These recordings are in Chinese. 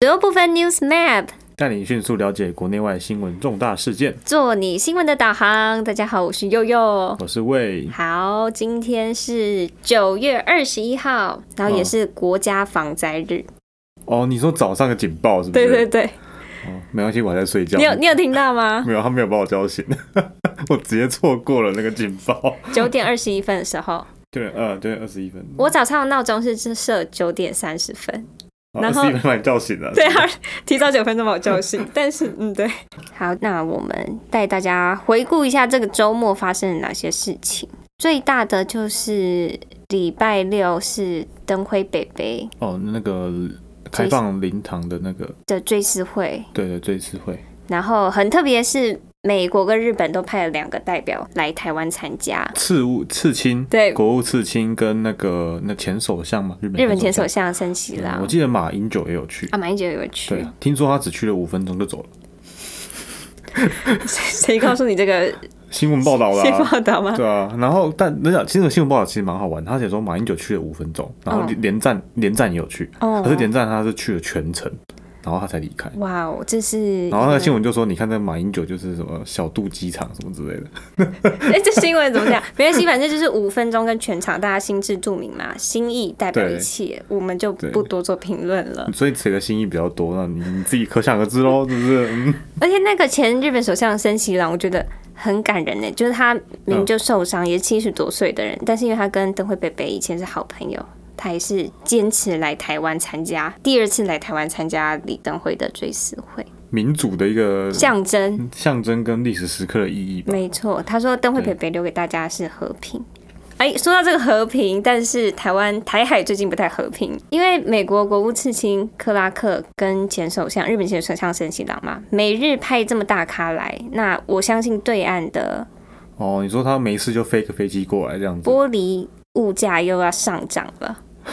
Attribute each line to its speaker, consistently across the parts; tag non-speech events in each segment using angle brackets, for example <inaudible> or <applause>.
Speaker 1: 德部分 News Map，
Speaker 2: 带你迅速了解国内外新闻重大事件。
Speaker 1: 做你新闻的导航。大家好，我是佑佑。
Speaker 2: 我是魏，
Speaker 1: 好，今天是九月二十一号，然后也
Speaker 2: 嗯
Speaker 1: 是国家防灾日。
Speaker 2: 哦，你说早上的警报是不
Speaker 1: 对
Speaker 2: 是？
Speaker 1: 对对，
Speaker 2: 哦，没关系，我还在睡觉。
Speaker 1: 你有你有听到吗？
Speaker 2: 没有，他没有把我叫醒， <laughs> 我直接错过了那个警报。
Speaker 1: 九点二十一分的时候，
Speaker 2: 对，呃，对，二十一分，
Speaker 1: 我早上的闹钟是设九点三十分，
Speaker 2: 哦二
Speaker 1: 然后
Speaker 2: 十一分把你叫醒了。
Speaker 1: 对啊，提早九分钟把我叫醒。 <laughs> 但是，嗯，对。好，那我们带大家回顾一下这个周末发生了哪些事情。最大的就是礼拜六是灯辉北北
Speaker 2: 哦，那个开放灵堂的那个，
Speaker 1: 的追思会，
Speaker 2: 对对，追思会。
Speaker 1: 然后很特别是美国跟日本都派了两个代表来台湾参加。
Speaker 2: 刺务刺青，
Speaker 1: 对
Speaker 2: 国务刺青跟那个那前首相嘛，日本
Speaker 1: 日本前
Speaker 2: 前
Speaker 1: 首相森喜
Speaker 2: 嗯
Speaker 1: 朗
Speaker 2: 我记得马英九也有去。
Speaker 1: 啊，马英九也有
Speaker 2: 对
Speaker 1: 去，，
Speaker 2: 听说他只去了五分钟就走了，
Speaker 1: <laughs> 谁告诉你这个
Speaker 2: 新闻报道啦、
Speaker 1: 先报道吗？
Speaker 2: <laughs> 对啊，然后但人家其实新闻报道其实蛮好玩，他写说马英九去了五分钟，然后
Speaker 1: 嗯
Speaker 2: 连连战连战也有去，
Speaker 1: 哦
Speaker 2: 可是连战他是去了全程，然后他才离开。
Speaker 1: 哇哦，这是
Speaker 2: 然后那个新闻就说，你看那马英九就是什么小肚鸡肠什么之类的，
Speaker 1: <laughs>
Speaker 2: <laughs>
Speaker 1: 哎、这新闻怎么讲？没关系，反正就是五分钟跟全场，大家心知肚明嘛，心意代表一
Speaker 2: 对
Speaker 1: 切，我们就不多做评论了。
Speaker 2: 所以谁的心意比较多，那你你自己可想而知 <laughs> 喽，是不是？嗯，
Speaker 1: 而且那个前日本首相森喜朗，我觉得很感人呢，就是他明明就受伤，也是七十多岁的人，但是因为他跟邓惠北北以前是好朋友。他也是坚持来台湾参加，第二次来台湾参加李登辉的追思会，
Speaker 2: 民主的一个
Speaker 1: 象征。
Speaker 2: 象征跟历史时刻的意义吧。
Speaker 1: 没错，他说灯会
Speaker 2: 嗯
Speaker 1: 北北留给大家是和平。哎，说到这个和平，但是台湾台海最近不太和平，因为美国国务次卿克拉克跟前首相日本前首相森喜朗嘛，每日派这么大咖来，那我相信对岸的
Speaker 2: 哦，你说他没事就飞个飞机过来这样子，
Speaker 1: 玻璃物价又要上涨了，
Speaker 2: <laughs> 嗯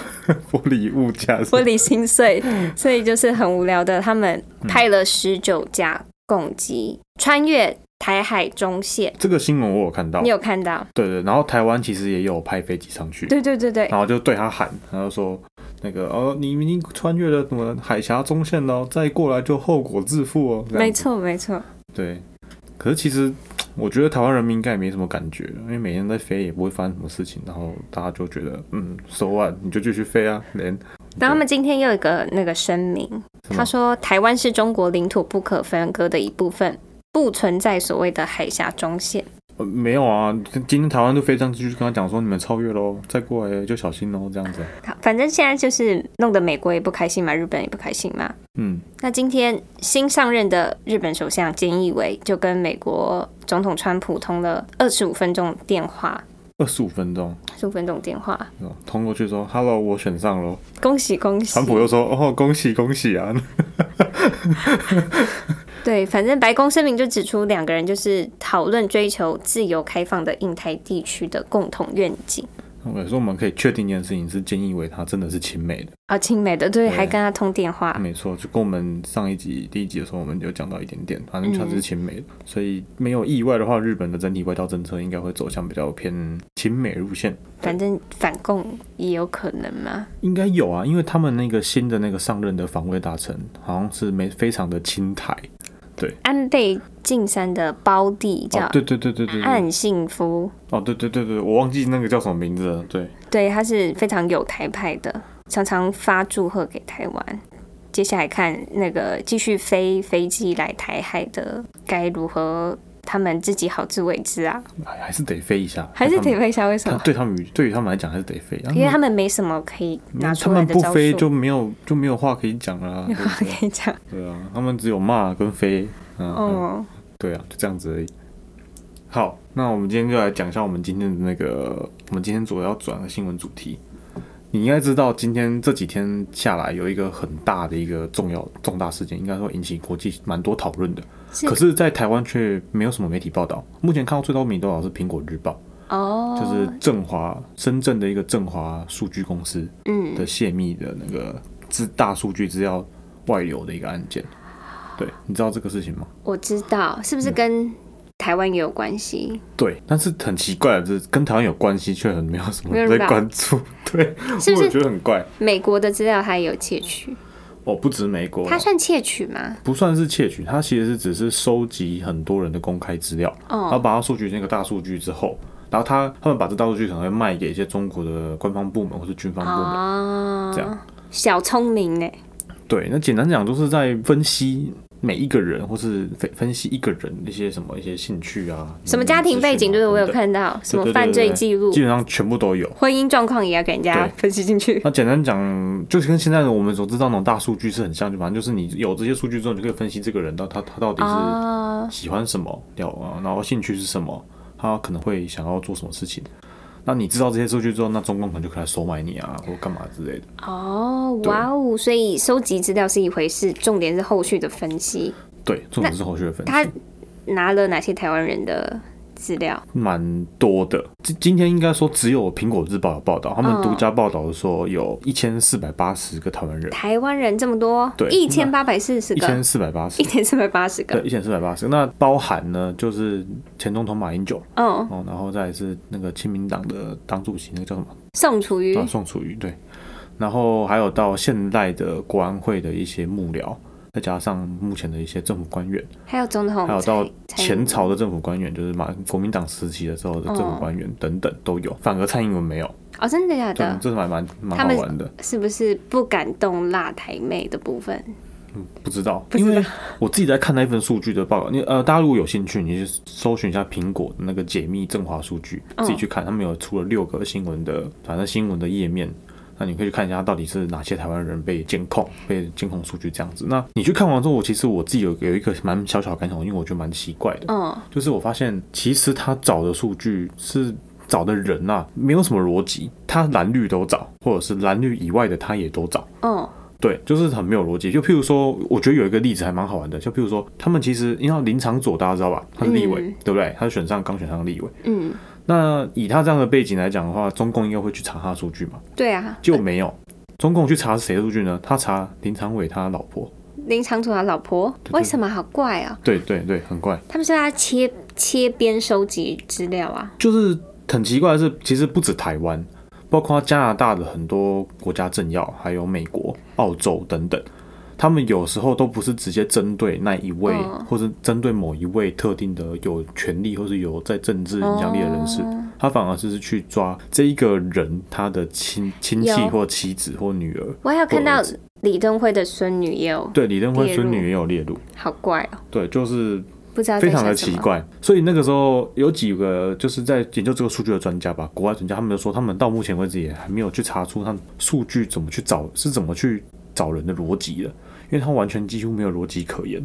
Speaker 2: 玻璃物价是
Speaker 1: 玻璃心碎，所以就是很无聊的，他们派了十九架共机穿越台海中线，
Speaker 2: 这个新闻我有看到
Speaker 1: 你，有看到？
Speaker 2: 对对，然后台湾其实也有派飞机上去，
Speaker 1: 对对对对，
Speaker 2: 然后就对他喊，然后说那个哦，你已经穿越了什么海峡中线喽，再过来就后果自负哦。这
Speaker 1: 没
Speaker 2: 样
Speaker 1: 错没错。
Speaker 2: 对，可是其实我觉得台湾人民应该也没什么感觉，因为每天在飞也不会发生什么事情，然后大家就觉得嗯，so what，你就继续飞啊，连
Speaker 1: 然后他们今天又有一个那个声明，
Speaker 2: 么
Speaker 1: 他说台湾是中国领土不可分割的一部分，不存在所谓的海峡中线。
Speaker 2: 呃没有啊，今天台湾就飞上去就跟他讲说你们超越喽，再过来就小心喽，这样子。
Speaker 1: 好反正现在就是弄得美国也不开心嘛，日本也不开心嘛。
Speaker 2: 嗯，
Speaker 1: 那今天新上任的日本首相菅义伟就跟美国总统川普通了二十五分钟电话，
Speaker 2: 二十五分钟
Speaker 1: 十五分钟电话，
Speaker 2: 嗯通过去说 “hello，我选上喽”，
Speaker 1: 恭喜恭喜！
Speaker 2: 川普又说：“哦，恭喜恭喜啊
Speaker 1: 对，反正白宫声明就指出，两个人就是讨论追求自由开放的印太地区的共同愿景。！”
Speaker 2: 我说我们可以确定一件事情是菅义伟他真的是亲美的。
Speaker 1: 啊，亲美的，对，
Speaker 2: 对嗯
Speaker 1: 还跟他通电话，
Speaker 2: 没错，就跟我们上一集第一集的时候，我们有讲到一点点，反正它
Speaker 1: 嗯
Speaker 2: 是亲美的，所以没有意外的话，日本的整体外交政策应该会走向比较偏亲美路线，
Speaker 1: 反正反共也有可能嘛。
Speaker 2: 应该有啊，因为他们那个新的那个上任的防卫大臣好像是没非常的亲台，
Speaker 1: 安倍晋三的胞弟
Speaker 2: 哦
Speaker 1: 叫，
Speaker 2: 对对对对对，对
Speaker 1: 岸信夫，
Speaker 2: 哦对对对对，我忘记那个叫什么名字了，对，
Speaker 1: 对，他是非常有台派的，常常发祝贺给台湾。接下来看那个继续飞飞机来台海的，该如何他们自己好自为之啊？
Speaker 2: 还还是得飞一下，
Speaker 1: 还是得飞一下？为什
Speaker 2: 他
Speaker 1: 么？
Speaker 2: 对他们对于他们来讲还是得飞，
Speaker 1: 因为他们没什么可以拿
Speaker 2: 嗯他
Speaker 1: 出来
Speaker 2: 们
Speaker 1: 的
Speaker 2: 不
Speaker 1: 招
Speaker 2: 飞就
Speaker 1: 数。
Speaker 2: 没有就没有话可以讲了啊，对不对
Speaker 1: <laughs> 可以讲
Speaker 2: 对啊，他们只有骂跟飞，嗯，嗯
Speaker 1: 哦，
Speaker 2: 对啊，就这样子而已。好，那我们今天就来讲一下我们今天的那个，我们今天主要转的新闻主题。你应该知道，今天这几天下来有一个很大的一个重要重大事件，应该说引起国际蛮多讨论的。
Speaker 1: 是
Speaker 2: 可是，在台湾却没有什么媒体报道。目前看到最多媒体报道是《苹果日报》，
Speaker 1: 哦，
Speaker 2: 就是振华深圳的一个振华数据公司
Speaker 1: 嗯，
Speaker 2: 的泄密的那个资大数据资料外流的一个案件。对，你知道这个事情吗？
Speaker 1: 我知道，是不
Speaker 2: 嗯
Speaker 1: 是跟台湾也有关系？
Speaker 2: 对，但是很奇怪的是，跟台湾有关系，却很没有什么
Speaker 1: 没有
Speaker 2: 人
Speaker 1: 人
Speaker 2: 在
Speaker 1: 打
Speaker 2: 关注。对， <laughs>
Speaker 1: 是不
Speaker 2: 我
Speaker 1: 是
Speaker 2: 也觉得很怪。
Speaker 1: 美国的资料它也有窃取？
Speaker 2: 哦，不止美国啦
Speaker 1: 它，算窃取吗？
Speaker 2: 不算是窃取，它其实是只是收集很多人的公开资料，然后
Speaker 1: 哦，
Speaker 2: 把它收集成一个大数据之后，然后他他们把这大数据可能会卖给一些中国的官方部门或是军方部门。
Speaker 1: 哦，
Speaker 2: 嗯这样嗯
Speaker 1: 小聪明欸呢？
Speaker 2: 对，那简单讲就是在分析每一个人，或是分分析一个人的一些什么一些兴趣啊，
Speaker 1: 什么家庭背景？
Speaker 2: 能
Speaker 1: 对
Speaker 2: 力
Speaker 1: 我有
Speaker 2: 等等
Speaker 1: 看到，什
Speaker 2: 对
Speaker 1: 么
Speaker 2: 对
Speaker 1: 犯
Speaker 2: 对
Speaker 1: 罪
Speaker 2: 对
Speaker 1: 记录
Speaker 2: 基、本上全部都有。
Speaker 1: 婚姻状况也要给人家
Speaker 2: 对
Speaker 1: 分析进去。
Speaker 2: 那简单讲，就是跟现在的我们所知道那种大数据是很像，就反正就是你有这些数据之后，你就可以分析这个人到他他到底是
Speaker 1: 哦，
Speaker 2: 喜欢什么，了、啊，然后兴趣是什么，他可能会想要做什么事情。那你知道这些数据之后，那中共可能就可以来收买你啊，或干嘛之类的。
Speaker 1: 哦，
Speaker 2: 对
Speaker 1: 哇哦！所以收集资料是一回事，重点是后续的分析。
Speaker 2: 对，重点是后续的分析。
Speaker 1: 他拿了哪些台湾人的资料？
Speaker 2: 蛮多的。今今天应该说只有《苹果日报》有报道，他们
Speaker 1: 嗯
Speaker 2: 独家报道说有一千四百八十个台湾人，
Speaker 1: 台湾人这么多，
Speaker 2: 对
Speaker 1: 一千八百四十
Speaker 2: 一
Speaker 1: 个
Speaker 2: 千，四百八十
Speaker 1: 一，千四百八十
Speaker 2: 对，
Speaker 1: 个。
Speaker 2: 一千四百八十。那包含呢，就是前总统马英九
Speaker 1: 嗯，
Speaker 2: 哦，然后再来是那个亲民党的党主席，那个叫什么？
Speaker 1: 宋楚瑜
Speaker 2: 啊，宋楚瑜对。然后还有到现代的国安会的一些幕僚，再加上目前的一些政府官员，
Speaker 1: 还有总统
Speaker 2: 还有
Speaker 1: 蔡，
Speaker 2: 到
Speaker 1: 蔡英
Speaker 2: 前朝的政府官员，就是马国民党时期的时候的政府官员等等都有，反而蔡英文没有，
Speaker 1: 哦，真的假
Speaker 2: 对
Speaker 1: 的，？
Speaker 2: 这是蛮蛮蛮
Speaker 1: 他
Speaker 2: 好
Speaker 1: 们
Speaker 2: 玩的。
Speaker 1: 是不是不敢动辣台妹的部分？
Speaker 2: 不知道，
Speaker 1: 知
Speaker 2: 因
Speaker 1: 道
Speaker 2: 为我自己在看那一份数据的报告。你呃，大家如果有兴趣，你去搜寻一下苹果的那个解密振华数据，
Speaker 1: 嗯
Speaker 2: 自己去看，他们有出了六个新闻的，反正新闻的页面。那你可以去看一下，到底是哪些台湾人被监控、被监控数据这样子。那你去看完之后，我其实我自己有有一个蛮小小的感想，因为我觉得蛮奇怪的，
Speaker 1: 嗯，
Speaker 2: 就是我发现其实他找的数据是找的人啊，没有什么逻辑，他蓝绿都找，或者是蓝绿以外的他也都找。
Speaker 1: 哦，
Speaker 2: 对，就是很没有逻辑。就譬如说，我觉得有一个例子还蛮好玩的，就譬如说，他们其实因为林长佐大家知道吧，他是立委，
Speaker 1: 嗯
Speaker 2: 对不对？他选上刚选上立委，
Speaker 1: 嗯，
Speaker 2: 那以他这样的背景来讲的话，中共应该会去查他数据嘛？
Speaker 1: 对啊，
Speaker 2: 结果没有，中共去查谁的数据呢？他查林长伟他老婆。
Speaker 1: 林长佐的老婆，
Speaker 2: 对
Speaker 1: 为什么好怪哦？
Speaker 2: 对对对，很怪，
Speaker 1: 他们是要切切边收集资料啊？
Speaker 2: 就是很奇怪的是，其实不止台湾。包括加拿大的很多国家政要，还有美国、澳洲等等，他们有时候都不是直接针对那一位，
Speaker 1: 嗯
Speaker 2: 或是针对某一位特定的有权利或是有在政治影响力的人士，
Speaker 1: 哦
Speaker 2: 他反而是去抓这一个人他的亲亲戚
Speaker 1: 有
Speaker 2: 或妻子或女儿。
Speaker 1: 我还有看到
Speaker 2: 或儿子
Speaker 1: 李登辉的孙女也有，
Speaker 2: 对，李登辉
Speaker 1: 列入
Speaker 2: 孙女也有列入，
Speaker 1: 好怪哦，
Speaker 2: 对，就是
Speaker 1: 不知道在
Speaker 2: 非常的
Speaker 1: 想什
Speaker 2: 奇
Speaker 1: 么。
Speaker 2: 怪。所以那个时候有几个就是在研究这个数据的专家吧，国外专家，他们就说他们到目前为止也还没有去查出他们数据怎么去找，是怎么去找人的逻辑的，因为他完全几乎没有逻辑可言。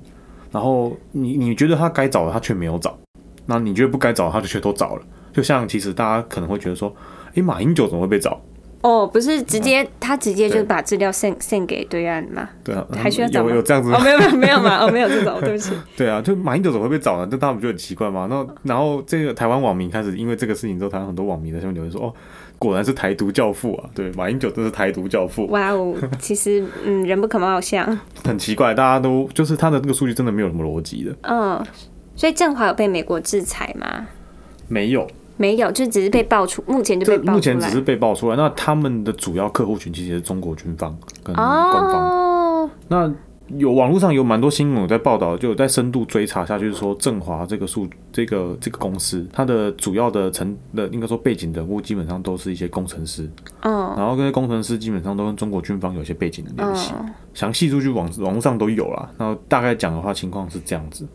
Speaker 2: 然后你你觉得他该找的他却没有找，那你觉得不该找的他却都找了。就像其实大家可能会觉得说，诶，马英九怎么会被找？
Speaker 1: 哦，不是直接他直接就
Speaker 2: 嗯对
Speaker 1: 把资料献献给对岸嘛？
Speaker 2: 对啊，
Speaker 1: 还需要找
Speaker 2: 有
Speaker 1: 吗
Speaker 2: 有这样子吗
Speaker 1: 哦，没有没有没有嘛，哦没有这种，对不起。
Speaker 2: 对啊，就马英九怎么会被找呢？这大家不就很奇怪吗？然
Speaker 1: 嗯
Speaker 2: 后，然后这个台湾网民开始因为这个事情之后，台湾很多网民在下面留言说：“哦，果然是台独教父啊！”对，马英九真是台独教父，
Speaker 1: <laughs> 哇哦，其实嗯，人不可貌相，
Speaker 2: 很奇怪，大家都就是他的那个数据真的没有什么逻辑的，
Speaker 1: 嗯。所以振华有被美国制裁吗？
Speaker 2: 没有。
Speaker 1: 没有，就只是被爆出，目前就被
Speaker 2: 这
Speaker 1: 爆出来。
Speaker 2: 目前只是被爆出来。那他们的主要客户群其实是中国军方跟官方。
Speaker 1: 哦，
Speaker 2: 那有网络上有蛮多新闻有在报道，就有在深度追查下去，就是说振华这个数这个这个公司，它的主要的成的应该说背景人物基本上都是一些工程师。
Speaker 1: 嗯
Speaker 2: 然后跟工程师基本上都跟中国军方有一些背景的联系，
Speaker 1: 嗯，
Speaker 2: 详细数据网网络上都有啦。然后大概讲的话，情况是这样子。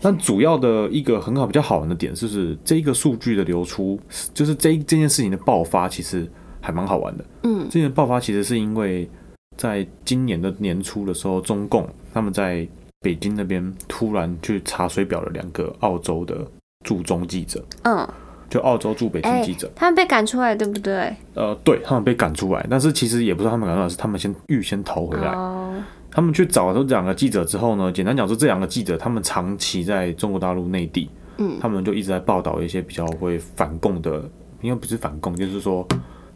Speaker 2: 但主要的一个很好比较好玩的点，就是这一个数据的流出，就是这一这件事情的爆发，其实还蛮好玩的。
Speaker 1: 嗯，
Speaker 2: 这件爆发其实是因为在今年的年初的时候，中共他们在北京那边突然去查水表了两个澳洲的驻中记者，
Speaker 1: 嗯，
Speaker 2: 就澳洲驻北京记者。
Speaker 1: 他们被赶出来，对不对？
Speaker 2: 呃，对他们被赶出来，但是其实也不是他们赶出来，是他们先预先逃回来。
Speaker 1: 哦，
Speaker 2: 他们去找这两个记者之后呢，简单讲是这两个记者他们长期在中国大陆内地，
Speaker 1: 嗯
Speaker 2: 他们就一直在报道一些比较会反共的，应该不是反共，就是说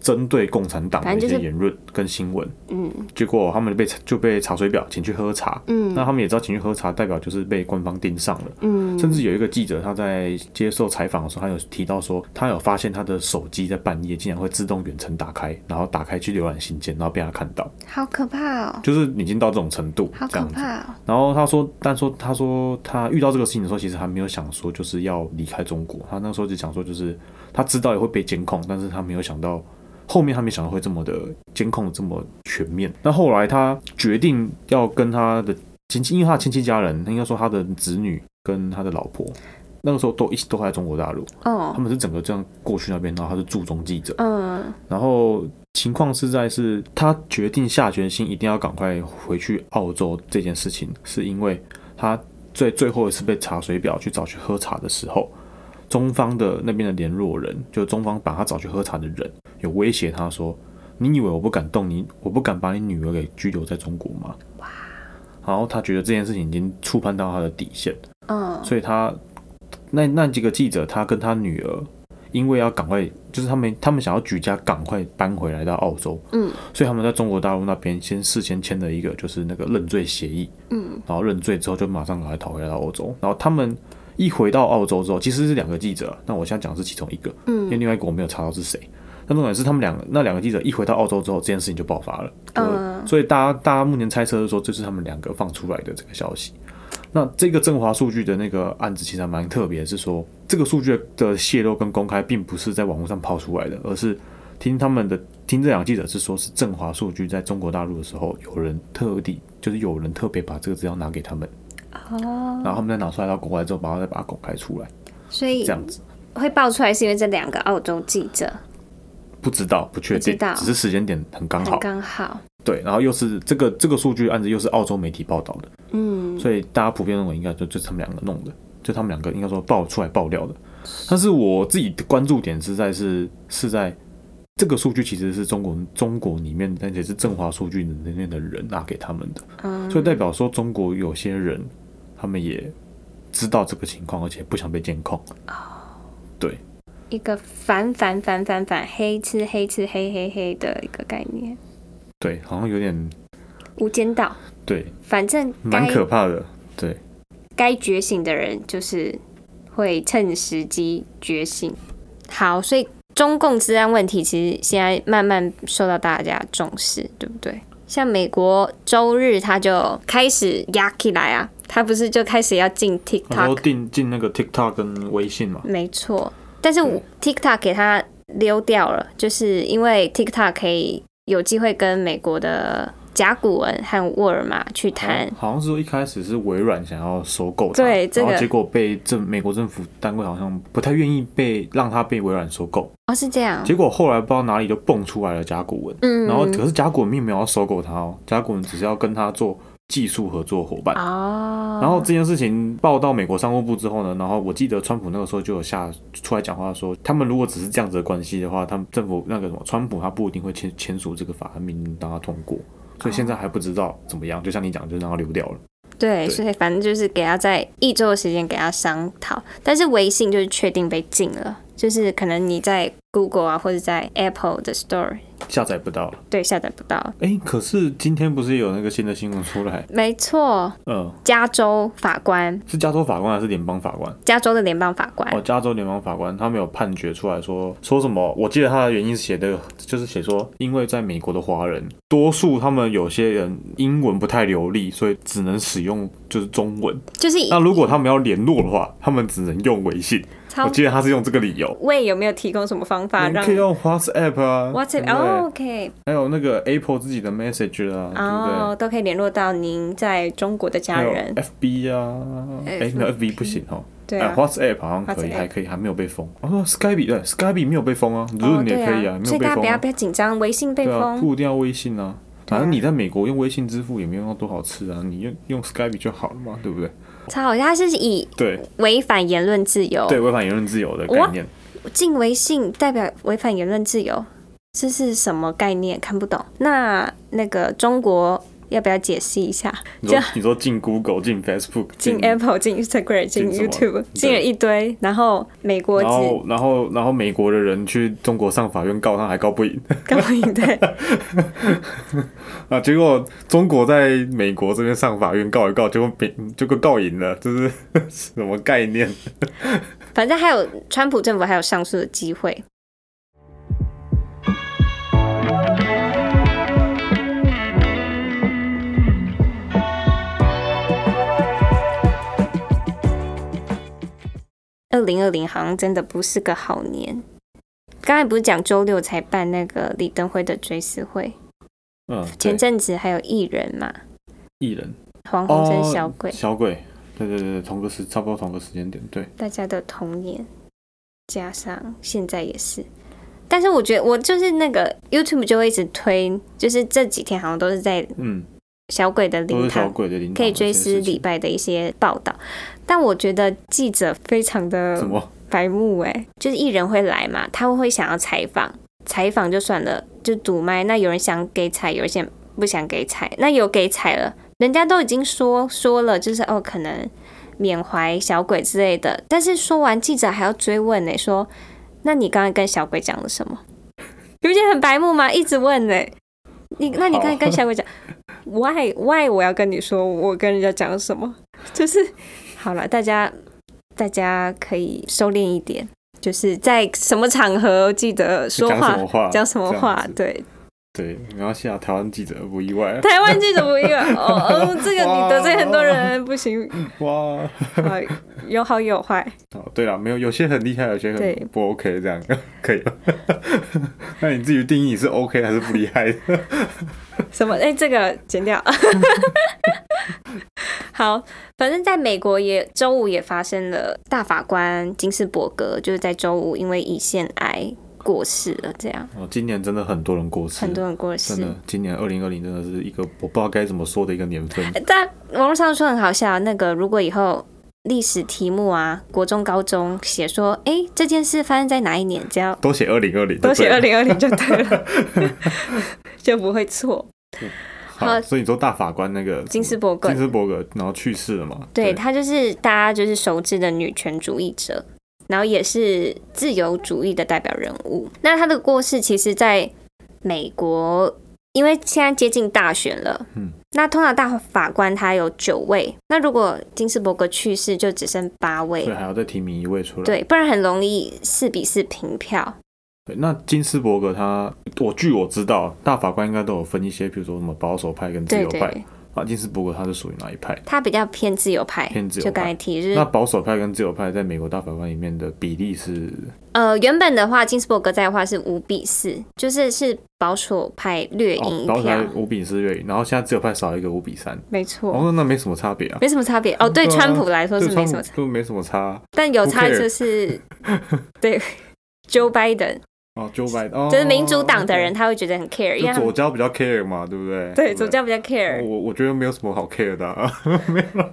Speaker 2: 针对共产党的
Speaker 1: 反
Speaker 2: 一
Speaker 1: 正就
Speaker 2: 些
Speaker 1: 是
Speaker 2: 言论跟新闻，
Speaker 1: 嗯
Speaker 2: 结果他们被就被查水表，请去喝茶。
Speaker 1: 嗯
Speaker 2: 那他们也知道请去喝茶，代表就是被官方盯上了。
Speaker 1: 嗯
Speaker 2: 甚至有一个记者，他在接受采访的时候，他有提到说，他有发现他的手机在半夜竟然会自动远程打开，然后打开去浏览信件，然后被他看到，
Speaker 1: 好可怕哦，
Speaker 2: 就是已经到这种程度
Speaker 1: 好，
Speaker 2: 这
Speaker 1: 可
Speaker 2: 样子。
Speaker 1: 怕哦，
Speaker 2: 然后他说，但说他说他遇到这个事情的时候，其实还没有想说就是要离开中国，他那时候就想说就是他知道也会被监控，但是他没有想到后面他没想到会这么的监控得这么全面。那后来他决定要跟他的亲戚，因为他的亲戚家人，应该说他的子女跟他的老婆，那个时候都一起都还在中国大陆，他
Speaker 1: 哦，
Speaker 2: 们是整个这样过去那边，然后他是驻中记者，
Speaker 1: 嗯
Speaker 2: 然后情况是在是他决定下决心一定要赶快回去澳洲这件事情，是因为他最最后一次被查水表去找去喝茶的时候，中方的那边的联络人，就中方把他找去喝茶的人，有威胁他说：“你以为我不敢动你，我不敢把你女儿给拘留在中国吗？”然后他觉得这件事情已经触碰到他的底线，
Speaker 1: 嗯
Speaker 2: 所以他那那几个记者，他跟他女儿，因为要赶快，就是他们他们想要举家赶快搬回来到澳洲，
Speaker 1: 嗯，
Speaker 2: 所以他们在中国大陆那边先事先签了一个就是那个认罪协议，
Speaker 1: 嗯，
Speaker 2: 然后认罪之后就马上赶快逃回来到澳洲，然后他们一回到澳洲之后，其实是两个记者，那我现在讲的是其中一个，
Speaker 1: 嗯
Speaker 2: 因为另外一个我没有查到是谁。但重点是，他们两个那两个记者一回到澳洲之后，这件事情就爆发了。
Speaker 1: 嗯
Speaker 2: 所以大家大家目前猜测是说，这是他们两个放出来的这个消息。那这个振华数据的那个案子其实还蛮特别，是说这个数据的泄露跟公开，并不是在网络上抛出来的，而是听他们的听这两个记者是说，是振华数据在中国大陆的时候，有人特地就是有人特别把这个资料拿给他们，
Speaker 1: 哦，
Speaker 2: 然后他们再拿出来到国外之后，然后再把它公开出来，
Speaker 1: 所以
Speaker 2: 这样子。
Speaker 1: 会爆出来是因为这两个澳洲记者
Speaker 2: 不知道，不确
Speaker 1: 不知
Speaker 2: 定
Speaker 1: 道，
Speaker 2: 只是时间点很刚
Speaker 1: 很
Speaker 2: 好。
Speaker 1: 刚好，
Speaker 2: 对，然后又是这个这个数据案子又是澳洲媒体报道的，
Speaker 1: 嗯，
Speaker 2: 所以大家普遍认为应该就就是他们两个弄的，就他们两个应该说爆出来爆料的。但是我自己的关注点是在是是在这个数据其实是中国中国里面，而且是振华数据里面的人拿给他们的，
Speaker 1: 嗯
Speaker 2: 所以代表说中国有些人他们也知道这个情况，而且不想被监控。对，
Speaker 1: 一个反反反反反黑吃黑吃黑黑黑的一个概念，
Speaker 2: 对，好像有点
Speaker 1: 无间道，
Speaker 2: 对，
Speaker 1: 反正
Speaker 2: 蛮
Speaker 1: 该
Speaker 2: 可怕的。对，
Speaker 1: 该觉醒的人就是会趁时机觉醒。好，所以中共治安问题其实现在慢慢受到大家重视，对不对？像美国周日他就开始压起来啊，他不是就开始要进
Speaker 2: 然后
Speaker 1: TikTok，
Speaker 2: 进进那个 TikTok 跟微信嘛，
Speaker 1: 没错，但是我 TikTok 给他溜掉了，就是因为 TikTok 可以有机会跟美国的甲骨文和沃尔玛去谈，
Speaker 2: 好像是说一开始是微软想要收购它，
Speaker 1: 对这个
Speaker 2: 然后结果被政美国政府单位好像不太愿意被让它被微软收购，
Speaker 1: 哦，是这样，
Speaker 2: 结果后来不知道哪里就蹦出来了甲骨文，
Speaker 1: 嗯，
Speaker 2: 然后可是甲骨文并没有要收购它哦，甲骨文只是要跟它做技术合作伙伴。
Speaker 1: 哦，
Speaker 2: 然后这件事情报到美国商务部之后呢，然后我记得川普那个时候就有下出来讲话说，他们如果只是这样子的关系的话，他们政府那个什么，川普他不一定会签签署这个法案命令让它通过，所以现在还不知道怎么样，就像你讲，就让它流掉了。
Speaker 1: 对，
Speaker 2: 对
Speaker 1: 所以反正就是给他在一周的时间给他商讨，但是微信就是确定被禁了，就是可能你在 Google 啊或者在 Apple 的 Store
Speaker 2: 下载不到了。
Speaker 1: 对下载不到。
Speaker 2: 哎、可是今天不是有那个新的新闻出来？
Speaker 1: 没错，
Speaker 2: 嗯，
Speaker 1: 加州法官，
Speaker 2: 是加州法官还是联邦法官？
Speaker 1: 加州的联邦法官，
Speaker 2: 哦，加州联邦法官他们有判决出来说说什么？我记得他的原因是写的，就是写说，因为在美国的华人，多数他们有些人英文不太流利，所以只能使用就是中文。
Speaker 1: 就是
Speaker 2: 那如果他们要联络的话，他们只能用微信。我
Speaker 1: 超
Speaker 2: 记得他是用这个理由。
Speaker 1: 喂有没有提供什么方法
Speaker 2: 哦你
Speaker 1: 让
Speaker 2: 可以用 WhatsApp 啊
Speaker 1: WhatsApp
Speaker 2: 对不对
Speaker 1: 哦，OK，
Speaker 2: 还有那个 Apple 自己的 Message 啊，对不对
Speaker 1: 哦，？都可以联络到您在中国的家
Speaker 2: 还有
Speaker 1: 人，
Speaker 2: FB 啊，哎、没有 FB 不行哦。
Speaker 1: 对
Speaker 2: 哎
Speaker 1: 啊。
Speaker 2: ，WhatsApp 好像可以，
Speaker 1: WhatsApp
Speaker 2: 还可以，还没有被封。哦，Skype 对，Skype 没有被封啊，如果你也可以
Speaker 1: 哦对
Speaker 2: 没
Speaker 1: 所
Speaker 2: 有
Speaker 1: 以
Speaker 2: 被
Speaker 1: 大家
Speaker 2: 封、
Speaker 1: 不要
Speaker 2: 啊。
Speaker 1: 不要紧张，微信被
Speaker 2: 对啊，
Speaker 1: 封，
Speaker 2: 不一定要微信啊。反正你在美国用微信支付也没用到多少次啊，你用用 Skype 就好了嘛，对不对？
Speaker 1: 超好，它是以
Speaker 2: 对
Speaker 1: 违反言论自由，
Speaker 2: 对，违反言论自由的概念，
Speaker 1: 禁微信代表违反言论自由，这是什么概念？看不懂。那那个中国要不要解释一下？
Speaker 2: 你说你说进 Google、进 Facebook、
Speaker 1: 进 Apple、进 Instagram、进
Speaker 2: 进什么
Speaker 1: YouTube，
Speaker 2: 对
Speaker 1: 进了一堆，然后美国
Speaker 2: 然
Speaker 1: 只
Speaker 2: 后然后然后美国的人去中国上法院告他，还告不赢
Speaker 1: 告赢对，
Speaker 2: 啊！结果中国在美国这边上法院告一告，结果被结果告赢了，这是 <laughs> 什么概念？
Speaker 1: 反正还有川普政府还有上诉的机会。二零二零好像真的不是个好年。刚才不是讲周六才办那个李登辉的追思会，
Speaker 2: 嗯，
Speaker 1: 前
Speaker 2: 对
Speaker 1: 阵子还有艺人嘛，
Speaker 2: 艺人
Speaker 1: 黄鸿升、
Speaker 2: 哦
Speaker 1: 小鬼，
Speaker 2: 小鬼，对对对，对同个时差不多同个时间点，对，
Speaker 1: 大家的童年，加上现在也是。但是我觉得我就是那个 YouTube 就会一直推，就是这几天好像都是在
Speaker 2: 嗯，
Speaker 1: 小鬼的
Speaker 2: 都
Speaker 1: 灵
Speaker 2: 是小
Speaker 1: 堂
Speaker 2: 鬼的灵堂
Speaker 1: 可以
Speaker 2: 的这
Speaker 1: 追
Speaker 2: 些
Speaker 1: 思
Speaker 2: 事情
Speaker 1: 礼拜的一些报道。但我觉得记者非常的
Speaker 2: 什么？
Speaker 1: 白目哎、就是艺人会来嘛，他会想要采访，采访就算了，就堵麦。那有人想给采，有人想不想给采，那有给采了，人家都已经说说了，就是哦，可能缅怀小鬼之类的。但是说完，记者还要追问呢、说那你刚才跟小鬼讲了什么？你不觉得很白目吗？一直问呢、欸你那你刚才跟小鬼讲 why why 我要跟你说我跟人家讲了什么？就是好了，大家大家可以收敛一点，就是在什么场合记得说
Speaker 2: 讲
Speaker 1: 话
Speaker 2: 什么话？
Speaker 1: 讲什么
Speaker 2: 这
Speaker 1: 话
Speaker 2: 样，子
Speaker 1: 对，
Speaker 2: 对，然后吓台湾记者不意外，啊
Speaker 1: 台湾记者不一
Speaker 2: <laughs>
Speaker 1: 样哦哦，这个你得罪很多人不行，
Speaker 2: 哇！
Speaker 1: 好有好有坏，
Speaker 2: 哦，对了，没有，有些很厉害，有些
Speaker 1: 对
Speaker 2: 很不 OK，这样可以吗？ <laughs> 那你自己定义你是 OK 还是不厉害 <laughs> 的？
Speaker 1: 什么哎、这个剪掉。 <laughs> 好，反正在美国也周五也发生了大法官金斯伯格，就是在周五因为胰腺癌过世了，这样
Speaker 2: 哦，今年真的很多人过世，
Speaker 1: 很多人过世
Speaker 2: 真。的，今年二零二零真的是一个我不知道该怎么说的一个年份。
Speaker 1: 但网络上说很好笑，那个如果以后历史题目啊，国中、高中写说，哎、这件事发生在哪一年，只要
Speaker 2: 都写二零二零，
Speaker 1: 都写二
Speaker 2: 对了。
Speaker 1: 零二零就对了， <laughs> 就不会错。好
Speaker 2: 好，所以你说大法官那个
Speaker 1: 金斯伯格
Speaker 2: 金，斯伯格，然后去世了嘛？
Speaker 1: 对，她就是大家就是熟知的女权主义者，然后也是自由主义的代表人物。那她的过世，其实在美国，因为现在接近大选了，
Speaker 2: 嗯，
Speaker 1: 那通常大法官他有九位，那如果金斯伯格去世，就只剩八
Speaker 2: 所以
Speaker 1: 位，
Speaker 2: 还要再提名一位出来。
Speaker 1: 对，不然很容易四比四平票。
Speaker 2: 对，那金斯伯格他，我据我知道，大法官应该都有分一些，比如说什么保守派跟自
Speaker 1: 对
Speaker 2: 由派
Speaker 1: 对，
Speaker 2: 啊，金斯伯格他是属于哪一派？
Speaker 1: 他比较偏自由派，
Speaker 2: 偏自由
Speaker 1: 就刚才
Speaker 2: 派
Speaker 1: 提就是
Speaker 2: 那保守派跟自由派在美国大法官里面的比例是
Speaker 1: 呃，原本的话，金斯伯格在的话是五比四，就是是保守派略赢
Speaker 2: 哦
Speaker 1: 一，
Speaker 2: 然后
Speaker 1: 票，
Speaker 2: 才五比四月，然后现在自由派少一个五比三，
Speaker 1: 没错，
Speaker 2: 哦，那没什么差别啊。
Speaker 1: 没什么差别。哦，对
Speaker 2: 对啊
Speaker 1: 川普来说是
Speaker 2: 对川
Speaker 1: 没什
Speaker 2: 普
Speaker 1: 么差，
Speaker 2: 都没什么差
Speaker 1: 但有差
Speaker 2: Who cares？
Speaker 1: 就是 <laughs> 对 Joe Biden，
Speaker 2: 哦，Joe Biden 哦，
Speaker 1: 就是民主党的人，
Speaker 2: 哦，
Speaker 1: 他会觉得很 care，因为
Speaker 2: 就
Speaker 1: 他
Speaker 2: 左
Speaker 1: 们
Speaker 2: 交比较 care 嘛，对不对？哦
Speaker 1: 对
Speaker 2: 不
Speaker 1: 左家比较 care，
Speaker 2: 我我觉得没有什么好 care 的、啊， <laughs> 没有了。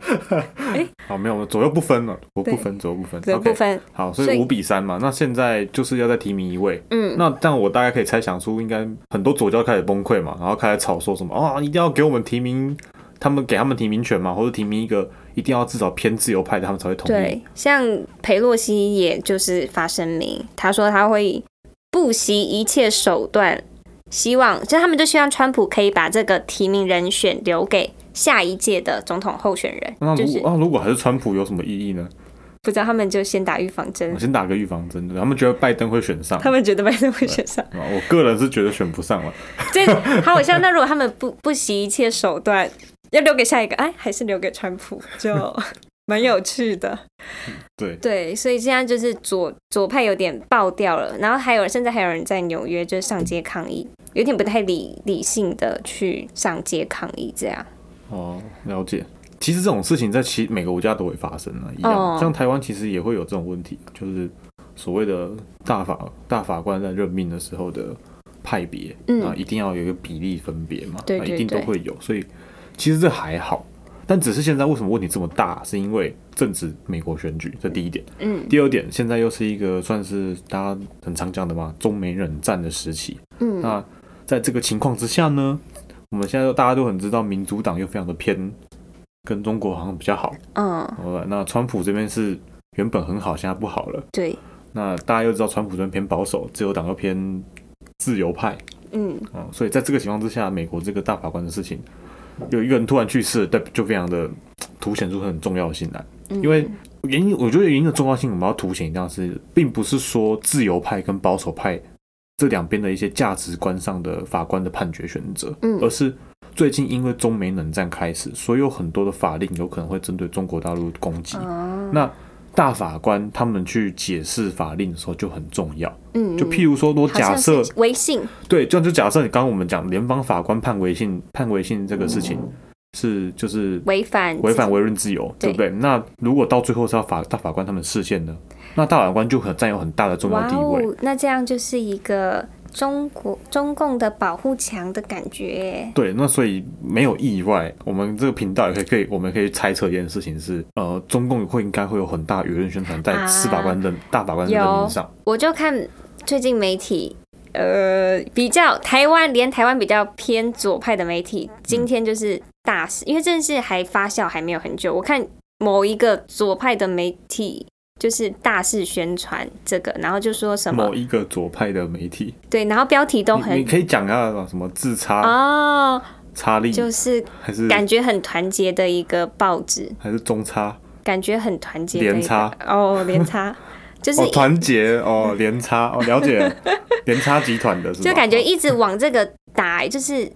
Speaker 1: 哎
Speaker 2: 好，没有，左右不分了，左右
Speaker 1: 对
Speaker 2: 不分，左右不分，
Speaker 1: 这
Speaker 2: OK
Speaker 1: 部分，
Speaker 2: 好，所
Speaker 1: 所以
Speaker 2: 以五比三嘛，那现在就是要再提名一位。
Speaker 1: 嗯，
Speaker 2: 那但我大概可以猜想出，应该很多左教开始崩溃嘛，然后开始吵说什么啊，一定要给我们提名，他们给他们提名权嘛，或者提名一个一定要至少偏自由派的，他们才会同意。
Speaker 1: 对，像裴洛西也就是发声明，他说他会不惜一切手段，希望就他们就希望川普可以把这个提名人选留给下一届的总统候选
Speaker 2: 那
Speaker 1: 人，
Speaker 2: 如
Speaker 1: 就
Speaker 2: 果、
Speaker 1: 是
Speaker 2: 啊，如果还是川普有什么意义呢？
Speaker 1: 不知道他们就先打预防针
Speaker 2: 我，先打个预防针，他们觉得拜登会选上，
Speaker 1: 他们觉得拜登会选上。
Speaker 2: 啊我个人是觉得选不上了。
Speaker 1: 这好像那如果他们不不惜一切手段，要留给下一个，哎，还是留给川普，就蛮有趣的。
Speaker 2: 对，
Speaker 1: <laughs> 对，所以现在就是左左派有点爆掉了，然后还有甚至还有人在纽约就是上街抗议，有点不太理理性的去上街抗议这样。
Speaker 2: 哦，了解。其实这种事情在其每个国家都会发生啊，一样。
Speaker 1: 哦
Speaker 2: 像台湾其实也会有这种问题，啊就是所谓的大法大法官在任命的时候的派别，
Speaker 1: 嗯
Speaker 2: 啊，一定要有一个比例分别嘛，
Speaker 1: 对
Speaker 2: 啊
Speaker 1: 对
Speaker 2: 一定都
Speaker 1: 对
Speaker 2: 会有。所以其实这还好，但只是现在为什么问题这么大，是因为政治美国选举，这第一点。
Speaker 1: 嗯
Speaker 2: 第二点，现在又是一个算是大家很常讲的嘛，中美冷战的时期。
Speaker 1: 嗯
Speaker 2: 那在这个情况之下呢，我们现在都大家都很知道，民主党又非常的偏，跟中国好像比较好。
Speaker 1: 嗯，
Speaker 2: 好吧那川普这边是原本很好，现在不好了。
Speaker 1: 对，
Speaker 2: 那大家又知道川普这边偏保守，自由党又偏自由派
Speaker 1: 嗯，
Speaker 2: 啊、嗯所以在这个情况之下，美国这个大法官的事情，有一个人突然去世，但就非常的凸显出很重要性来。
Speaker 1: 嗯
Speaker 2: 因为原因，我觉得原因的重要性，我们要凸显一样是，并不是说自由派跟保守派这两边的一些价值观上的法官的判决选择，
Speaker 1: 嗯
Speaker 2: 而是最近因为中美冷战开始，所以有很多的法令有可能会针对中国大陆攻击。
Speaker 1: 哦，
Speaker 2: 那大法官他们去解释法令的时候就很重要，
Speaker 1: 嗯，
Speaker 2: 就譬如说，我
Speaker 1: 好像
Speaker 2: 假设
Speaker 1: 是微信，
Speaker 2: 对，这样就假设你刚刚我们讲联邦法官判违信判违信这个事
Speaker 1: 嗯
Speaker 2: 情是就是
Speaker 1: 违反
Speaker 2: 违反，微论自由，对不对？那如果到最后是要法大法官他们视线呢，那大法官就很占有很大的重要
Speaker 1: 哇
Speaker 2: 地位。
Speaker 1: 哦，那这样就是一个中国中共的保护墙的感觉耶，
Speaker 2: 对，那所以没有意外，我们这个频道也可以可以，我们可以猜测一件事情是，呃，中共会应该会有很大舆论宣传在
Speaker 1: 啊
Speaker 2: 司法官的、大法官的人
Speaker 1: 有
Speaker 2: 名上，
Speaker 1: 我就看最近媒体。呃，比较台湾，连台湾比较偏左派的媒体，今天就是大事，因为这件事还发酵还没有很久。我看某一个左派的媒体就是大肆宣传这个，然后就说什么
Speaker 2: 某一个左派的媒体，
Speaker 1: 对，然后标题都
Speaker 2: 你你
Speaker 1: 很
Speaker 2: 可以讲一下什么自差、
Speaker 1: 哦，
Speaker 2: 差力，
Speaker 1: 就是
Speaker 2: 还是
Speaker 1: 感觉很团结的一个报纸，
Speaker 2: 还是中差
Speaker 1: 感觉很团结的一个。
Speaker 2: 连插
Speaker 1: 哦，连
Speaker 2: <laughs>
Speaker 1: 插就是
Speaker 2: 哦，团结哦，联差哦，了解
Speaker 1: <laughs>
Speaker 2: 联差集团的是吧？
Speaker 1: 就感觉
Speaker 2: 哦
Speaker 1: 一直往这个打，就是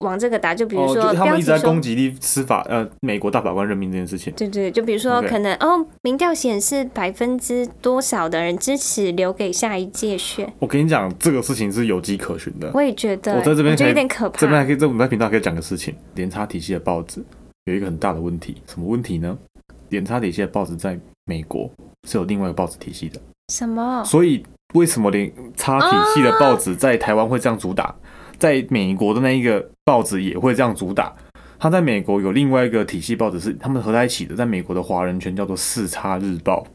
Speaker 1: 往这个打。就比如
Speaker 2: 哦，就
Speaker 1: 说
Speaker 2: 是他
Speaker 1: 标
Speaker 2: 们一
Speaker 1: 题
Speaker 2: 直在
Speaker 1: 说
Speaker 2: 攻，击立司法呃美国大法官任命这件事情。
Speaker 1: 对对，就比如说
Speaker 2: OK
Speaker 1: 可能哦，民调显示百分之多少的人支持留给下一届选，
Speaker 2: 我跟你讲，这个事情是有迹可循的。
Speaker 1: 我也觉得
Speaker 2: 嗯我在这边
Speaker 1: 觉
Speaker 2: 可
Speaker 1: 得
Speaker 2: 以
Speaker 1: 有点可
Speaker 2: 这边
Speaker 1: 怕。
Speaker 2: 还可以，在我们在频道可以讲个事情，联差体系的报纸有一个很大的问题，什么问题呢？联差体系的报纸在美国是有另外一个报纸体系的，
Speaker 1: 什么？
Speaker 2: 所以为什么联差体系的报纸在台湾会这样主打，在美国的那一个报纸也会这样主打？它在美国有另外一个体系报纸是他们合在一起的，在美国的华人圈叫做《四叉日报》。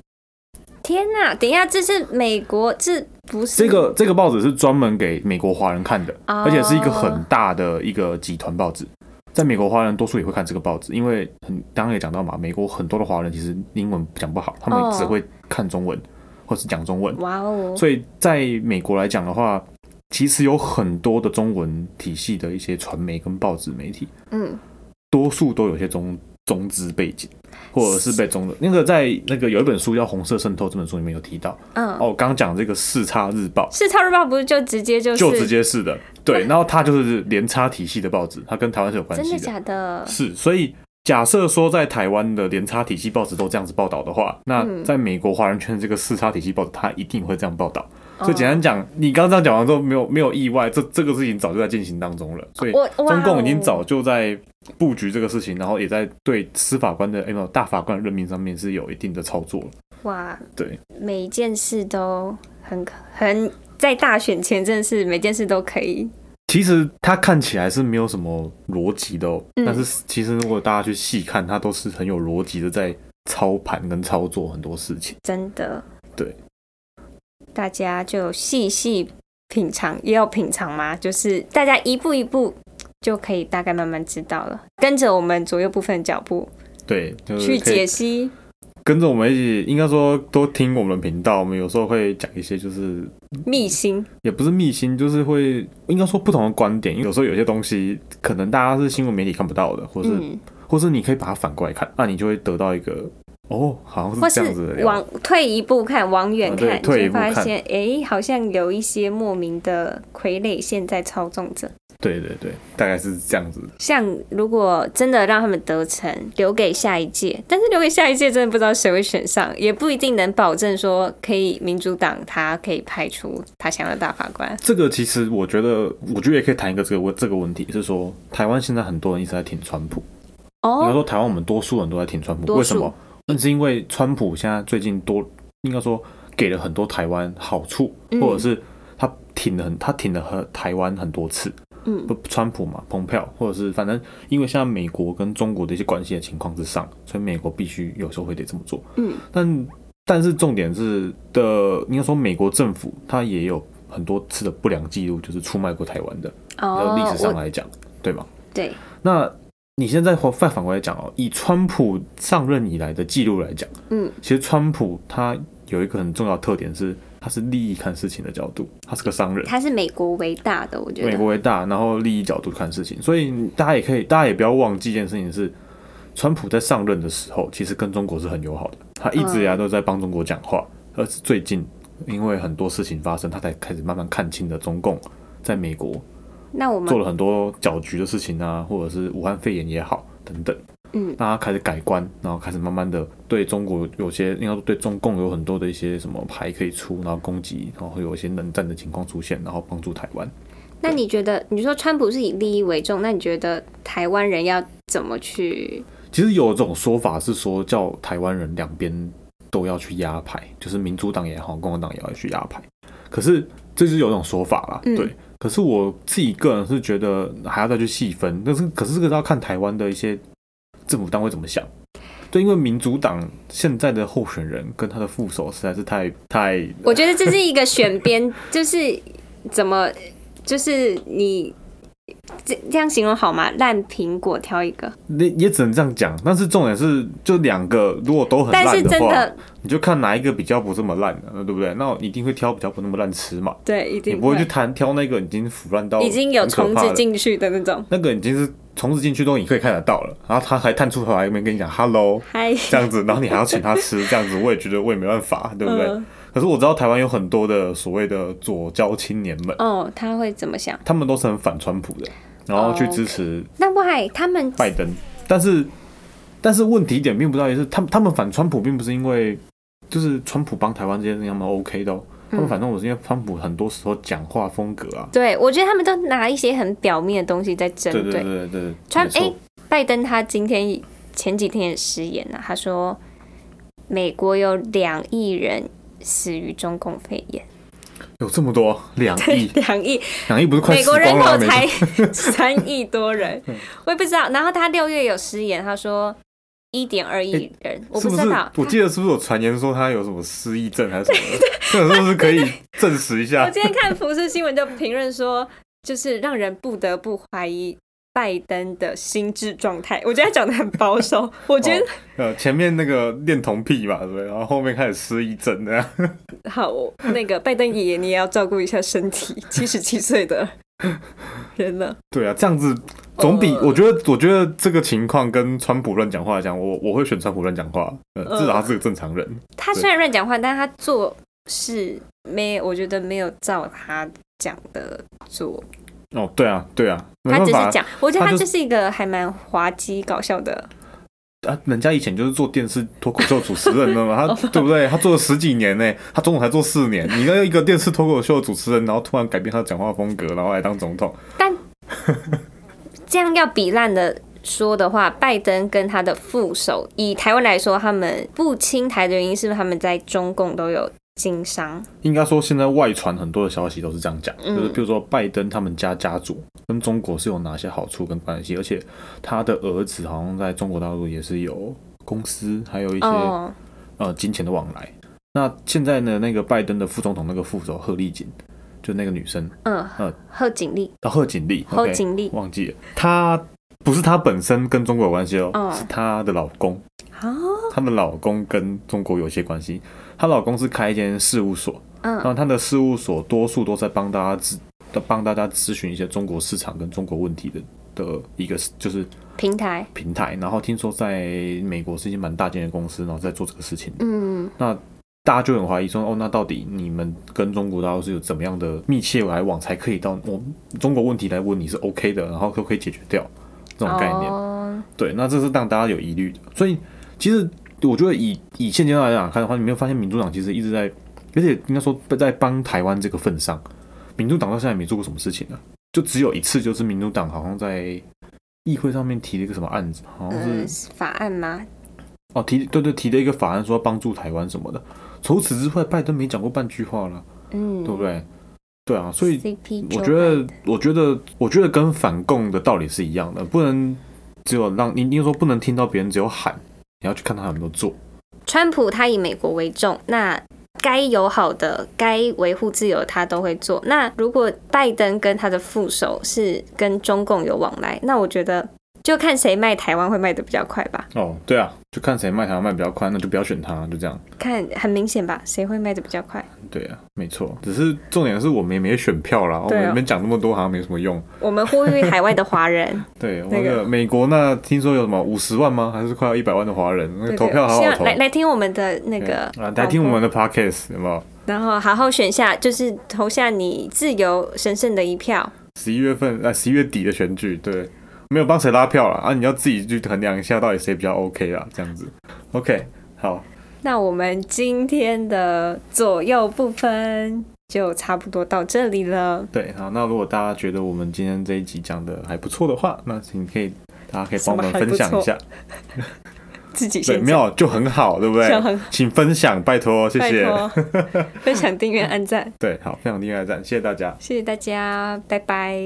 Speaker 1: 天哪！等一下，这是美国，这不是
Speaker 2: 这个这个报纸是专门给美国华人看的，
Speaker 1: 哦
Speaker 2: 而且是一个很大的一个集团报纸。在美国，华人多数也会看这个报纸，因为很刚刚也讲到嘛，美国很多的华人其实英文讲不好，他们
Speaker 1: 哦
Speaker 2: 只会看中文、或是讲中文，
Speaker 1: 哇哦，
Speaker 2: 所以在美国来讲的话，其实有很多的中文体系的一些传媒跟报纸媒体，
Speaker 1: 嗯，
Speaker 2: 多数都有一些中中资背景，或者是被中的那个在那个有一本书叫《红色渗透》，这本书里面有提到
Speaker 1: 嗯
Speaker 2: 哦，我刚刚讲这个四叉日报。
Speaker 1: 是《超日报》不是就直接就是
Speaker 2: 就直接是的，对。然后它就是联差体系的报纸，它跟台湾是有关
Speaker 1: 真
Speaker 2: 系
Speaker 1: 的假的？
Speaker 2: 是，所以假设说在台湾的联差体系报纸都这样子报道的话，那
Speaker 1: 嗯
Speaker 2: 在美国华人圈这个四差体系报纸，它一定会这样报道。
Speaker 1: 哦
Speaker 2: 所以简单讲，你刚刚这样讲完之后，没有没有意外，这这个事情早就在进行当中了。所以
Speaker 1: 我哇
Speaker 2: 中共已经
Speaker 1: 哦
Speaker 2: 早就在布局这个事情，然后也在对司法官的哎没有大法官的任命上面是有一定的操作了。
Speaker 1: 哇，
Speaker 2: 对，
Speaker 1: 每一件事都很可很在大选前，真的是每件事都可以。
Speaker 2: 其实它看起来是没有什么逻辑的哦，
Speaker 1: 嗯
Speaker 2: 但是其实如果大家去细看，它都是很有逻辑的，在操盘跟操作很多事情。
Speaker 1: 真的。
Speaker 2: 对，
Speaker 1: 大家就细细品尝，也要品尝吗？就是大家一步一步就可以大概慢慢知道了，跟着我们左右部分的脚步
Speaker 2: 对，就是
Speaker 1: 去
Speaker 2: 呃可以
Speaker 1: 解析。
Speaker 2: 跟着我们一起，应该说多听我们的频道。我们有时候会讲一些，就是
Speaker 1: 秘辛，
Speaker 2: 也不是秘辛，就是会应该说不同的观点。因为有时候有些东西可能大家是新闻媒体看不到的，或是、
Speaker 1: 嗯，
Speaker 2: 或是你可以把它反过来看，那你就会得到一个哦，好像
Speaker 1: 或
Speaker 2: 是这样子的
Speaker 1: 是
Speaker 2: 样子
Speaker 1: 往退一步看，往远
Speaker 2: 啊对
Speaker 1: 看，就
Speaker 2: 退一
Speaker 1: 会
Speaker 2: 步
Speaker 1: 发
Speaker 2: 看
Speaker 1: 现，哎、好像有一些莫名的傀儡现在操纵着。
Speaker 2: 对对对，大概是这样子。
Speaker 1: 像如果真的让他们得逞，留给下一届，但是留给下一届真的不知道谁会选上，也不一定能保证说可以民主党他可以派出他想要的大法官。
Speaker 2: 这个其实我觉得，我觉得也可以谈一个这个问这个问题，是说台湾现在很多人一直在挺川普。应
Speaker 1: 哦，
Speaker 2: 该说台湾我们多数人都在挺川普，
Speaker 1: 多
Speaker 2: 为什
Speaker 1: 数
Speaker 2: 么？那是因为川普现在最近多，应该说给了很多台湾好处，
Speaker 1: 嗯
Speaker 2: 或者是他挺了很，他挺了和台湾很多次。
Speaker 1: 嗯
Speaker 2: 不，川普嘛，蓬佩奥，或者是反正因为现在美国跟中国的一些关系的情况之上，所以美国必须有时候会得这么做。
Speaker 1: 嗯，
Speaker 2: 但但是重点是的，应该说美国政府它也有很多次的不良记录，就是出卖过台湾的。
Speaker 1: 哦
Speaker 2: 要历史上
Speaker 1: 我
Speaker 2: 来讲，对吗？
Speaker 1: 对，
Speaker 2: 那你现在回再反过来讲哦，以川普上任以来的记录来讲，
Speaker 1: 嗯，
Speaker 2: 其实川普他有一个很重要的特点是，他是利益看事情的角度，他是个商人，
Speaker 1: 他是美国为大的，我觉
Speaker 2: 美
Speaker 1: 得
Speaker 2: 国为大，然后利益角度看事情，所以大家也可以，大家也不要忘记一件事情是，川普在上任的时候，其实跟中国是很友好的，他一直以来都在帮中国讲话，而是最近因为很多事情发生，他才开始慢慢看清了中共在美国
Speaker 1: 那我们
Speaker 2: 做了很多搅局的事情啊，或者是武汉肺炎也好等等，
Speaker 1: 嗯，
Speaker 2: 大家开始改观，然后开始慢慢的对中国有些，应该说对中共有很多的一些什么牌可以出，然后攻击，然后会有一些冷战的情况出现，然后帮助台湾。
Speaker 1: 那你觉得，你说川普是以利益为重，那你觉得台湾人要怎么去？
Speaker 2: 其实有种说法是说，叫台湾人两边都要去压牌，就是民主党也好，共和党也要去压牌。可是这是有种说法啦，
Speaker 1: 嗯
Speaker 2: 对。可是我自己个人是觉得还要再去细分，但是可是这个要看台湾的一些政府单位怎么想。对，因为民主党现在的候选人跟他的副手实在是太太，
Speaker 1: 我觉得这是一个选边， <laughs> 就是怎么，就是你这这样形容好吗？烂苹果挑一个，
Speaker 2: 也也只能这样讲。但是重点是，就两个如果都很烂
Speaker 1: 但
Speaker 2: 的话，
Speaker 1: 是真的
Speaker 2: 你就看哪一个比较不这么烂的、对不对？那我一定会挑比较不那么烂吃嘛。
Speaker 1: 对，一
Speaker 2: 你
Speaker 1: 定
Speaker 2: 不会去
Speaker 1: 会
Speaker 2: 谈挑那个已经腐烂到
Speaker 1: 已经有
Speaker 2: 很可
Speaker 1: 虫
Speaker 2: 怕
Speaker 1: 子
Speaker 2: 的，
Speaker 1: 进去的那种。
Speaker 2: 那个已经是虫子进去都你可以看得到了，然后他还探出头来那边跟你讲
Speaker 1: <laughs>
Speaker 2: “hello”
Speaker 1: 嗨，
Speaker 2: 这样子，然后你还要请他吃这样子，我也觉得我也没办法，对不对？
Speaker 1: 嗯
Speaker 2: 可是我知道台湾有很多的所谓的左交青年们，
Speaker 1: 哦，他会怎么想？
Speaker 2: 他们都是很反川普的，然后
Speaker 1: 哦
Speaker 2: 去支持
Speaker 1: 那 why 他们
Speaker 2: 拜登，但是但是问题点并不在于是他们他们反川普，并不是因为就是川普帮台湾这件事情他们 OK 的、哦，他
Speaker 1: 嗯
Speaker 2: 们反正我是因为川普很多时候讲话风格啊。
Speaker 1: 对我觉得他们都拿一些很表面的东西在针
Speaker 2: 对对对对，
Speaker 1: 川
Speaker 2: 没错
Speaker 1: 哎、拜登他今天前几天也失言了、他说美国有两亿人死于中共肺炎，，
Speaker 2: 有这么多，两亿
Speaker 1: <laughs> 两亿，
Speaker 2: 两亿不是快
Speaker 1: 美
Speaker 2: 死
Speaker 1: 国
Speaker 2: 光
Speaker 1: 人
Speaker 2: 了
Speaker 1: 口
Speaker 2: 吗？美
Speaker 1: 才 <laughs>
Speaker 2: 嗯
Speaker 1: 三亿多人，我也不知道。然后他六月有失言，他说一点二亿人，我
Speaker 2: 是
Speaker 1: 不
Speaker 2: 不
Speaker 1: 知
Speaker 2: 是
Speaker 1: 道？。
Speaker 2: 我记得是不是有传言说他有什么失忆症还是什么的？这种是不是可以证实一
Speaker 1: <laughs> 我
Speaker 2: 下？
Speaker 1: 今天看福斯新闻就评论说，就是让人不得不怀疑。拜登的心智状态，我觉得他讲的很保
Speaker 2: <laughs>
Speaker 1: 守。我觉得、
Speaker 2: 呃，前面那个恋童癖嘛，对不对？然后后面开始失忆症的，
Speaker 1: 好，我那个拜登爷爷，你也要照顾一下身体，七十七岁的人
Speaker 2: <laughs>
Speaker 1: 了。
Speaker 2: 对啊，这样子总比、
Speaker 1: 呃
Speaker 2: 我觉得，我觉得这个情况跟川普乱讲话来讲，我我会选川普乱讲话，呃，
Speaker 1: 呃
Speaker 2: 至少他是个正常人。
Speaker 1: 他虽然乱讲话，但他做事没，我觉得没有照他讲的做，
Speaker 2: 哦，对啊，对啊，没
Speaker 1: 他
Speaker 2: 办
Speaker 1: 只
Speaker 2: 法
Speaker 1: 是讲，我觉得
Speaker 2: 他
Speaker 1: 他就
Speaker 2: 就
Speaker 1: 是一个还蛮滑稽搞笑的。
Speaker 2: 啊，人家以前就是做电视脱口秀主持人
Speaker 1: <laughs>
Speaker 2: 的嘛，
Speaker 1: 哦
Speaker 2: 他对不对？他做了十几年呢，他总统才做四年。你那一个电视脱口秀主持人，然后突然改变他的讲话风格，然后来当总统，
Speaker 1: 这样要比烂的说的话，拜登跟他的副手，以台湾来说，他们不亲台的原因是不是他们在中共都有经商？
Speaker 2: 应该说现在外传很多的消息都是这样讲，
Speaker 1: 嗯
Speaker 2: 就是比如说拜登他们家家族跟中国是有哪些好处跟关系，而且他的儿子好像在中国大陆也是有公司，还有一些、
Speaker 1: 哦，
Speaker 2: 呃金钱的往来。那现在呢，那个拜登的副总统那个副手贺丽锦，就那个女生，
Speaker 1: 嗯
Speaker 2: 呃，
Speaker 1: 贺锦丽，
Speaker 2: 啊贺锦丽，
Speaker 1: 贺
Speaker 2: OK
Speaker 1: 锦丽
Speaker 2: 忘记了，她不是她本身跟中国有关系哦，
Speaker 1: 嗯
Speaker 2: 是她的老公，
Speaker 1: 哦，
Speaker 2: 她的老公跟中国有些关系。她老公是开一间事务所，然
Speaker 1: 嗯
Speaker 2: 后她的事务所多数都在帮大家咨，帮大家咨询一些中国市场跟中国问题的的一个就是
Speaker 1: 平台，
Speaker 2: 平台。然后听说在美国是一间蛮大间的公司，然后在做这个事情。
Speaker 1: 嗯。
Speaker 2: 大家就很怀疑说，哦，那到底你们跟中国大陆是有怎么样的密切来往，才可以到我中国问题来问你是 OK 的，然后都可以解决掉这种概念。
Speaker 1: 哦、
Speaker 2: 对，那这是让大家有疑虑的。所以其实我觉得以以现阶段来讲看的话，你没有发现民主党其实一直在，而且应该说在帮台湾这个份上，民主党到现在也没做过什么事情呢、就只有一次，就是民主党好像在议会上面提了一个什么案子，好像是、
Speaker 1: 嗯，法案吗？
Speaker 2: 哦，提对对提了一个法案说要帮助台湾什么的。除此之外，拜登没讲过半句话了，
Speaker 1: 嗯，
Speaker 2: 对不对？对啊，所以
Speaker 1: CP，
Speaker 2: 我
Speaker 1: Joe
Speaker 2: 觉得
Speaker 1: Biden，
Speaker 2: 我觉得，我觉得跟反共的道理是一样的，不能只有让你，你说不能听到别人只有喊，你要去看他有没有做。
Speaker 1: 川普他以美国为重，那该友好的、该维护自由，他都会做。那如果拜登跟他的副手是跟中共有往来，那我觉得就看谁卖台湾会卖的比较快吧。
Speaker 2: 哦，对啊，就看谁卖台湾卖比较快，那就不要选他，就这样。
Speaker 1: 看很明显吧，谁会卖的比较
Speaker 2: <laughs>
Speaker 1: 快？
Speaker 2: 对啊，没错。只是重点是我们也没选票啦，我
Speaker 1: 对啊
Speaker 2: 们这边讲那么多好像没什么用。
Speaker 1: 我们呼吁海外的华人，
Speaker 2: 对，我
Speaker 1: 那
Speaker 2: 那
Speaker 1: 个
Speaker 2: 个美国那听说有什么五十万吗？还是快要一百万的华人，那个
Speaker 1: 对
Speaker 2: 投
Speaker 1: 对
Speaker 2: 票好
Speaker 1: 希
Speaker 2: 好
Speaker 1: 望
Speaker 2: 投。
Speaker 1: 来来听我们的那个
Speaker 2: 对啊，来听我们的 podcast 有没有？
Speaker 1: 然后好好选下，就是投下你自由神圣的一票。
Speaker 2: 十一月份呃十一月底的选举，对，没有帮谁拉票啦，啊，你要自己去衡量一下到底谁比较 OK 啦，这样子。OK，好，
Speaker 1: 那我们今天的左右不分就差不多到这里了。
Speaker 2: 对，好，那如果大家觉得我们今天这一集讲的还不错的话，那请可以大家可以帮我们
Speaker 1: 什么还不错
Speaker 2: 分享一下，
Speaker 1: 自己
Speaker 2: 对，
Speaker 1: 先讲，
Speaker 2: 妙就很好，对不
Speaker 1: 这样
Speaker 2: 对？
Speaker 1: 很好，
Speaker 2: 请分享，拜托，谢
Speaker 1: 拜
Speaker 2: 谢。
Speaker 1: 托，分享、订阅、按赞，
Speaker 2: 对，好，非常订阅按赞，谢谢大家。
Speaker 1: 谢谢大家，拜拜。